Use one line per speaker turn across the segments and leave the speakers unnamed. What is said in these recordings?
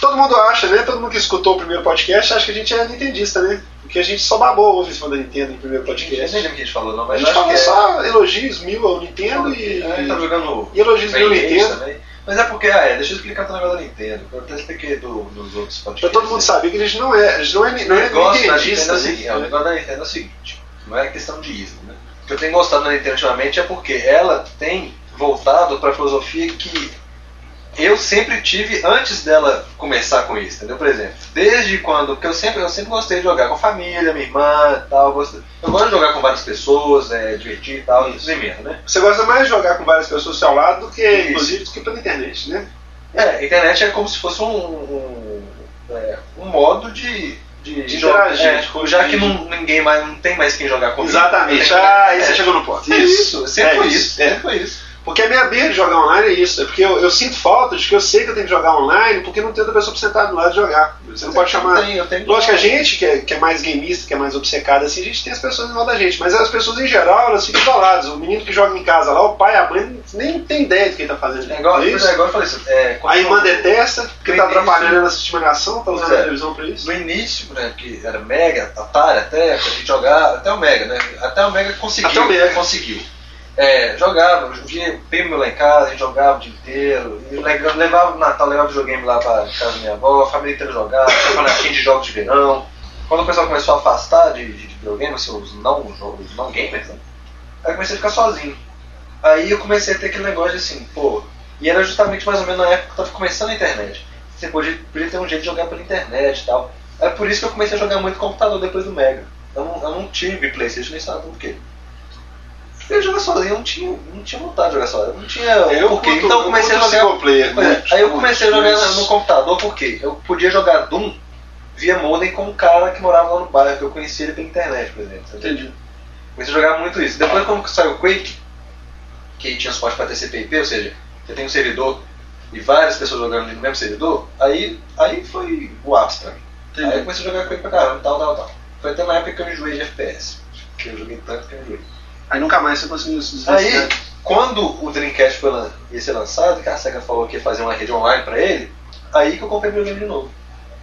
todo mundo acha, né? Todo mundo que escutou o primeiro podcast acha que a gente é nintendista, né? Porque a gente só babou ovo em cima da Nintendo no primeiro
Eu
podcast.
nem lembro o que a gente falou, não,
A
mas
gente
acho que
falou
é.
só elogios mil ao Nintendo e,
É, ele tá jogando
e elogios mil ao
Bem, isso
Nintendo.
também. Mas é porque, ah, é, deixa eu explicar o negócio da Nintendo. Eu até expliquei do, nos outros podcasts.
Pra todo mundo
né?
saber que a gente não é, a gente não é,
O
não é
negócio da Nintendo é
nintendista.
o seguinte, é, o
né?
negócio da Nintendo é o seguinte, não é questão de ismo, né? O que eu tenho gostado da Nintendo ultimamente é porque ela tem voltado para a filosofia que eu sempre tive antes dela começar com isso, entendeu? Por exemplo, desde quando, porque eu sempre, eu sempre gostei de jogar com a família, minha irmã e tal, eu gosto, eu gosto de jogar com várias pessoas, é, divertir e tal, isso e mesmo, né?
Você gosta mais de jogar com várias pessoas ao seu lado do que,
Isso.
inclusive, do que pela internet, né?
É, a internet é como se fosse um, um, é, um modo de, de,
De interagir,
é,
de convivir.
já que não, ninguém mais, não tem mais quem jogar comigo.
Exatamente.
Tem-
Ah, aí
é,
você chegou no ponto.
é isso, sempre
É
foi isso,
isso, é.
sempre foi isso.
Porque a minha beira de jogar online é isso. É porque eu, eu sinto falta de que eu sei que eu tenho que jogar online porque não tem outra pessoa pra sentar do lado e jogar. Você não
É,
pode chamar.
Eu tenho, eu tenho-
Lógico que a gente, que é, que é mais gameista, que é mais obcecado, assim, a gente tem as pessoas em volta da gente. Mas as pessoas em geral, elas ficam isoladas. O menino que joga em casa lá, o pai, a mãe, nem tem ideia do que ele tá fazendo.
É igual,
Não é isso?
é igual eu falei isso. É, quando-
A irmã detesta, porque
No
tá
início-
atrapalhando ela assistir malhação, tá usando
Pois é.
a televisão pra isso.
No início, né, que era Mega, Atari até, pra gente jogar, até o Mega, né? Até o Mega conseguiu. né,
Até o Mega.
Conseguiu. É, jogava, eu via o primo lá em casa, a gente jogava o dia inteiro. E le- levava o Natal, levava o videogame lá pra casa da minha avó, a família inteira jogava, tinha fanatinha de jogos de verão. Quando o pessoal começou a afastar de, de videogame, assim, os não jogos, os não gamers, né? Aí eu comecei a ficar sozinho. Aí eu comecei a ter aquele negócio de assim, pô. E era justamente mais ou menos na época que eu tava começando a internet. Você podia, podia ter um jeito de jogar pela internet e tal. É por isso que eu comecei a jogar muito computador depois do Mega. Eu não, eu não tive Playstation nem sabe por quê. Eu jogar sozinho, eu não tinha, não tinha vontade de jogar sozinho. Eu não tinha por quê. Então eu comecei a jogar.
single player,
Pois é,
né?
aí eu comecei a jogar
Mas-
no computador porque eu podia jogar Doom via modem com um cara que morava lá no bairro, que eu conhecia ele pela internet, por exemplo. entendeu?
Entendi.
Comecei a jogar muito isso. Depois, quando saiu o Quake, que tinha suporte para TCP/IP, ou seja, você tem um servidor e várias pessoas jogando no mesmo servidor, aí, aí foi o ápice pra mim.
Entendi.
Aí eu comecei a jogar Quake pra caramba, tal, tal, tal. Foi até na época que eu enjoei de FPS. Que eu joguei tanto que eu enjoei.
Aí nunca mais você conseguiu se desvencilhar.
Aí, quando o Dreamcast foi lan- ia ser lançado, que a SEGA falou que ia fazer uma rede online pra ele, aí que eu comprei meu game de novo.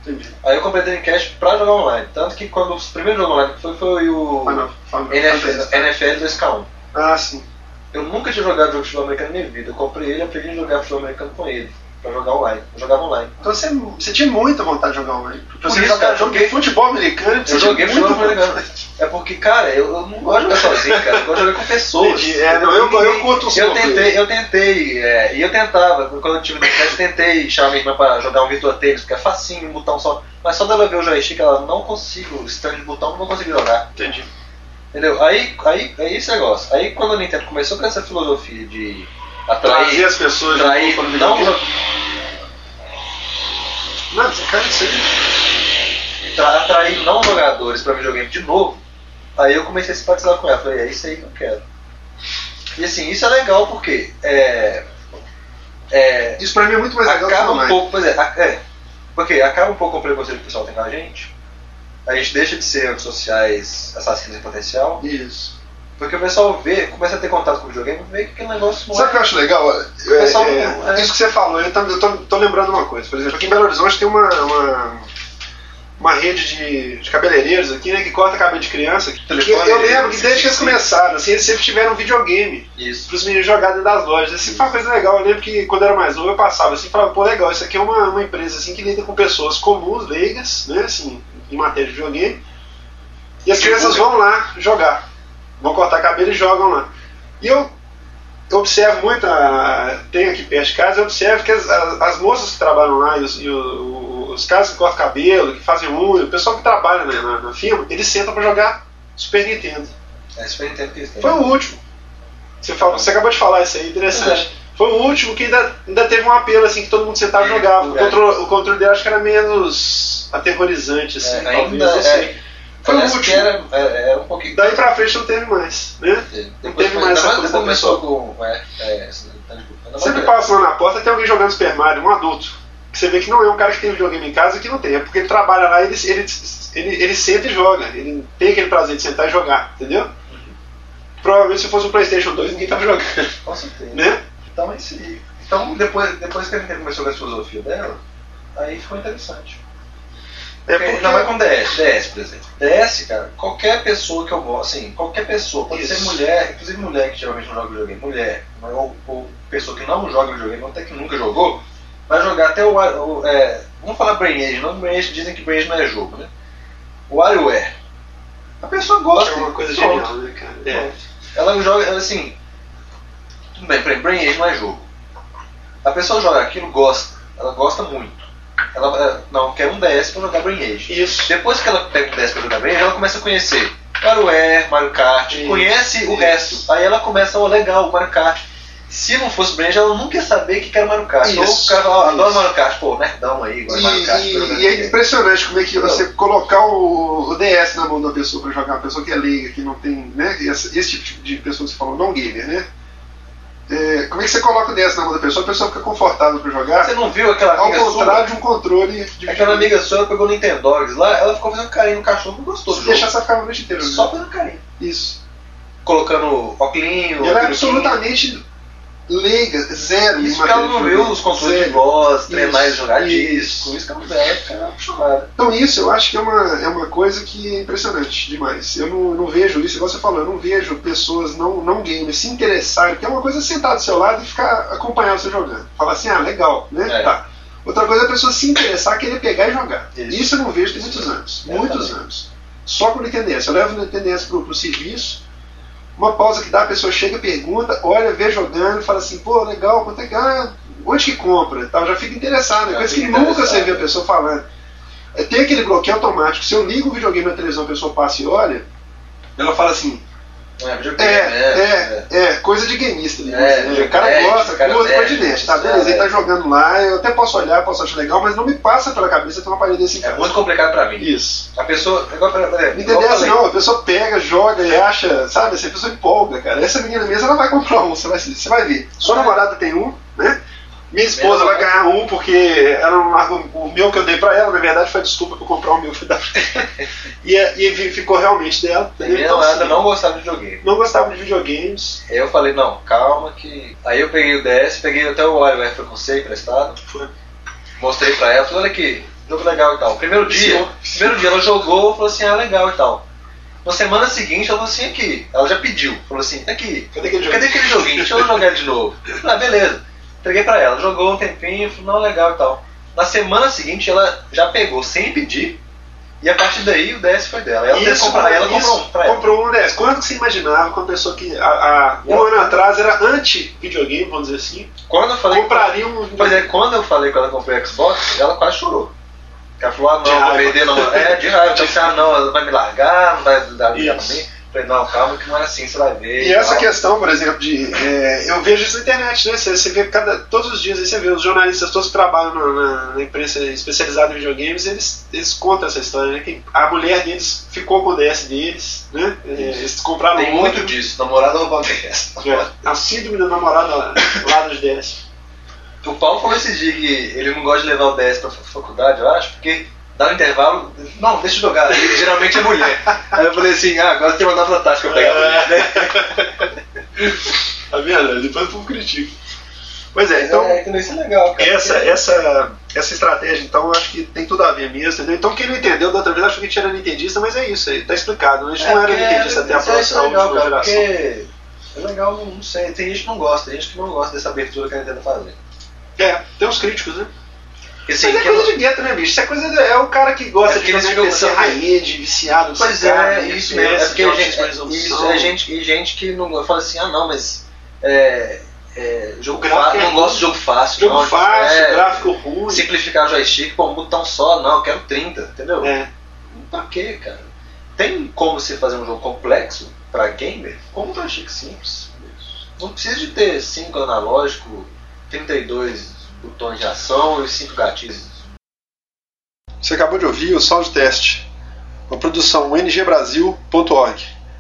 Entendi.
Aí eu comprei o Dreamcast pra jogar online. Tanto que quando o primeiro jogo online que foi, foi o
Ah, não. Fala-
NFL, NFL 2K1.
Ah, sim.
Eu nunca tinha jogado jogo de futebol americano na minha vida. Eu comprei ele e aprendi a jogar futebol americano com ele. Pra jogar online. Eu jogava online.
Então você, você tinha muita vontade de jogar online. Porque
Por
você
isso,
jogava
cara, eu joguei.
futebol americano, você
Eu joguei
tinha muita
futebol americano. É porque, cara, eu, eu não gosto de jogar sozinho, cara. Eu gosto de jogar com pessoas.
Entendi. É, não, eu- eu curto o
Eu
single
tentei, eu tentei, é, e eu tentava. Quando eu tive Dreamcast, eu tentei chamar minha irmã pra jogar um Virtua Tennis, porque é facinho, um botão só. Mas só dela ver o joystick, ela não consigo, stand de botão, não consigo jogar.
Entendi.
Entendeu? Aí, aí, aí esse negócio. Aí quando a Nintendo começou com essa filosofia de atrair
Trazer as pessoas de
Trair,
novo pra
não,
videogame. Não, você cara, isso aí.
tra- atrair Então, não jogadores pra videogame de novo, aí eu comecei a simpatizar com ela. Falei, é isso aí que eu quero. E assim, isso é legal porque é, é,
Isso pra mim é muito mais legal
acaba
que
um
online.
pouco, pois é, a- é, porque acaba um pouco com o preconceito que o pessoal tem com a gente. A gente deixa de ser sociais assassinos em potencial,
Isso.
porque o pessoal vê, começa a ter contato com o videogame, vê que aquele negócio
Sabe o que eu acho legal? É,
pessoal
é,
não- é.
Isso que você falou, eu tô, eu tô- tô lembrando uma coisa. Por exemplo, aqui em Belo Horizonte tem uma, uma, uma rede de, de cabeleireiros aqui, né, que corta cabelo de criança. Que,
Telefone,
eu lembro que desde que eles
sim.
começaram, assim, eles sempre tiveram um videogame.
Isso.
pros meninos jogar dentro das lojas. Assim, foi uma coisa legal. Eu lembro que quando eu era mais novo eu passava assim e falava, pô, legal, isso aqui é uma, uma empresa assim que lida com pessoas comuns, leigas, né, assim, em matéria de videogame. E as
Que
crianças
bom.
vão lá jogar. Vão cortar cabelo e jogam lá. E eu, eu observo muito, a, tenho aqui perto de casa, eu observo que as, as, as moças que trabalham lá e os, e o- os caras que cortam cabelo, que fazem unha, o pessoal que trabalha na, na, na firma, eles sentam pra jogar Super Nintendo.
É Super Nintendo que eles têm.
Foi um o último. Você, falou- você acabou de falar isso aí, interessante. Foi o último que ainda, ainda teve um apelo assim que todo mundo sentava e
É,
jogava. O
verdade.
controle, o controle dele acho que era menos aterrorizante, assim,
É,
talvez.
ainda
não sei.
é,
Foi o
parece que
último.
era, era, era um pouquinho.
Daí pra frente não teve mais, né?
Depois,
teve
foi-
mais
ainda
essa
mais né?
coisa
depois começou com. É, é, esse- tá de boa. Ainda mais
Sempre
que-
passa lá na porta tem alguém jogando Super Mario, um adulto. Que você vê que não é um cara que tem videogame em casa que não tem. É porque ele trabalha lá e ele, ele, ele, ele senta e joga. Ele tem aquele prazer de sentar e jogar, entendeu? Provavelmente se fosse um Playstation 2 ninguém tava jogando,
Com certeza.
né?
é Então, esse, então depois, depois que a gente começou com a filosofia dela, Aí ficou interessante.
É
Porque
porque-
Não é com DS, DS, por exemplo. DS, cara, qualquer pessoa que eu gosto, assim, qualquer pessoa, pode
Isso.
ser mulher, inclusive mulher que geralmente não joga videogame, mulher, mas ou, ou pessoa que não joga videogame, ou até que nunca jogou, vai jogar até o. o é, vamos falar Brain Age, não Brain Age, dizem que Brain Age não é jogo, né? O WarioWare. A pessoa
Que
gosta.
é uma coisa
pronto.
genial, né, cara? É.
Ela joga, ela, assim. Tudo bem, por exemplo, Brain Age não é jogo. A pessoa joga aquilo, gosta. Ela gosta muito. Ela eh, não quer um DS pra jogar Brain Age.
Isso.
Depois que ela pega o 10 pra jogar bem, ela começa a conhecer WarioWare, Mario Kart,
Isso,
conhece o
isso.
resto. Aí ela começa, ó, legal, o Mario Kart. Se não fosse Brand, ela nunca ia saber que era Mario Kart. Ou o
Isso,
cara fala, ó, adoro
isso.
Mario Kart, pô, nerdão aí,
E,
gosta de Mario Kart. tô
e-
jogando
e é
videogame.
impressionante como é que você colocar o, o DS na mão da pessoa pra jogar, uma pessoa que é leiga, que não tem, né? Esse, esse tipo de pessoa que você falou, não gamer, né? É, como é que você coloca o DS na mão da pessoa, a pessoa fica confortável pra jogar,
Você não viu aquela
ao
amiga
contrário
sua? É
de um controle de
Aquela amiga sua, ela pegou o Nintendogs lá, ela ficou fazendo carinho no cachorro, não gostou
Se
do jogo.
deixar essa ficar a noite inteira, né?
Só fazendo carinho.
Isso.
Colocando óculinho,
E ela é
peruquinha.
absolutamente leiga, zero. em
Isso que
matéria
ela
de
não viu
videogame.
os controles de
Zero.
voz, treinar e
Isso,
jogar
isso.
disco. Isso que é ela não vê, ela fica apaixonada.
Então isso eu acho que é uma, é uma coisa que é impressionante demais. Eu não, não vejo isso, igual você falou, eu não vejo pessoas não, não gamers se interessarem, porque é uma coisa é sentar do seu lado e ficar acompanhando você jogando. Falar assim, ah, legal, né?
É.
Tá. Outra coisa é a pessoa se interessar, querer pegar e jogar.
Isso.
Isso, eu não vejo tem muitos anos.
Eu
muitos
também.
anos. Só com o Nintendo DS. Eu levo o Nintendo DS pro, pro serviço, uma pausa que dá, a pessoa chega, pergunta, olha, vê jogando, fala assim, pô, legal, quanto é que. Ah, onde que compra? e Tal, já fica interessado, né?
Já
Coisa que
fica
nunca
interessado.
você vê a pessoa falando. É, Tem aquele bloqueio automático. Se eu ligo o videogame na televisão, a pessoa passa e olha, ela fala assim:
Não é videogame,
é,
né?
é, é, coisa de gamista. né?
É,
Assim, né? o cara
nerd,
gosta,
cara
gosta,
nerd,
coisa de nerd, tá? Beleza,
é.
ele tá jogando lá, eu até posso olhar, posso achar legal, mas não me passa pela cabeça ter uma parede assim. em
É. É
casa.
muito complicado pra mim.
Isso.
A pessoa. Agora, pera, pera,
Não
igual eu
entendeu assim,
falei,
não. A pessoa pega, joga e acha, sabe? Assim, a pessoa empolga, cara. Essa menina mesmo, ela vai comprar um, você vai, você vai ver. Sua
É.
namorada tem um, né? Minha esposa
Mesmo,
vai
né?
ganhar um porque ela não largou o meu que eu dei pra ela, na verdade foi desculpa pra eu comprar o meu que eu dava pra ela. E, a- e vi- ficou realmente dela.
minha
entendeu? Então,
namorada
assim,
não gostava de videogame.
não gostava de videogames.
Aí eu falei, não, calma que. Aí eu peguei o DS, peguei até o WarioWare pra você emprestado,
Foi.
mostrei pra ela, falei, olha aqui, jogo legal e tal. Primeiro dia,
Sim.
primeiro dia ela jogou, falou assim, ah, legal e tal. Na semana seguinte ela falou assim, aqui. Ela já pediu, falou assim, aqui,
Cadê aquele jogo?
Cadê aquele joguinho? Deixa eu jogar de novo. Ah, beleza. Entreguei pra ela, jogou um tempinho, falou, não, legal e tal. Na semana seguinte ela já pegou sem pedir, e a partir daí o DS foi dela. Ela teve que comprar ela, comprou um pra ela.
comprou um dessa. Quanto que você imaginava com a pessoa que há- há um
Ela-
ano atrás era anti-videogame, vamos dizer assim,
Quando eu falei.
compraria um.
Pois é, quando eu falei que ela comprou o Xbox, ela quase chorou. Ela falou, ah
De
não, vou
raiva.
vender não. É, de raiva, eu pensei, ah não, ela vai me largar, não vai dar vida pra
Isso.
mim. Falei, não, calma que não é assim, você vai ver.
E essa é
tal.
questão, por exemplo, de. é, eu vejo isso na internet, né? Você, você vê cada, todos os dias aí você vê os jornalistas todos que trabalham na, na- na imprensa especializada em videogames, eles, eles contam essa história, né? Que a mulher deles ficou com o DS deles, né? É, eles compraram
Tem
outro.
muito disso, namorada roubando DS.
É, a síndrome da namorada lá, lá dos DS.
O Paulo falou esse dia que ele não gosta de levar o DS pra fa- faculdade, eu acho, porque dá um intervalo. Não, deixa eu jogar. E geralmente é mulher. Aí eu falei assim, ah, agora tem uma nova tática pra pegar
É.
mulher, né?
Tá vendo? Depois o povo critica. Pois é, então.
é, então isso é legal, cara.
Essa, essa, essa estratégia, então, eu acho que tem tudo a ver mesmo, entendeu? Então, quem não entendeu da outra vez, acho que a gente era nintendista, mas é isso aí, tá explicado. né? A gente não era
porque
nintendista até a
isso é- isso
próxima
é legal,
última
cara,
geração.
porque é legal, não sei. Tem gente que não gosta, tem gente que não gosta dessa abertura que a Nintendo fazer.
É, tem uns críticos, né?
Porque, assim,
mas é
que
coisa de gueto, né, bicho? Isso é coisa do- é o cara que gosta de
É porque eles
fazer
ficam
PC
pensando-
high-end, viciado,
Pois
cigarro,
é,
né?
isso mesmo. É porque
PS,
gente,
mais
é,
ou
isso,
menos.
é gente, e gente que não fala assim, ah não, mas é, é,
O
jogo
gráfico
fácil,
é
não
ruim.
gosto de jogo fácil.
Jogo
não,
fácil,
é,
gráfico ruim.
Simplificar o joystick, pô, um botão só, não, eu quero 30, entendeu?
É.
Pra quê, Um cara? Tem como você fazer um jogo complexo pra gamer com um joystick simples. Não precisa de ter 5 analógico, 32 botões de ação e 5 gatilhos.
Você acabou de ouvir o Sound Test, uma produção ngbrasil.org.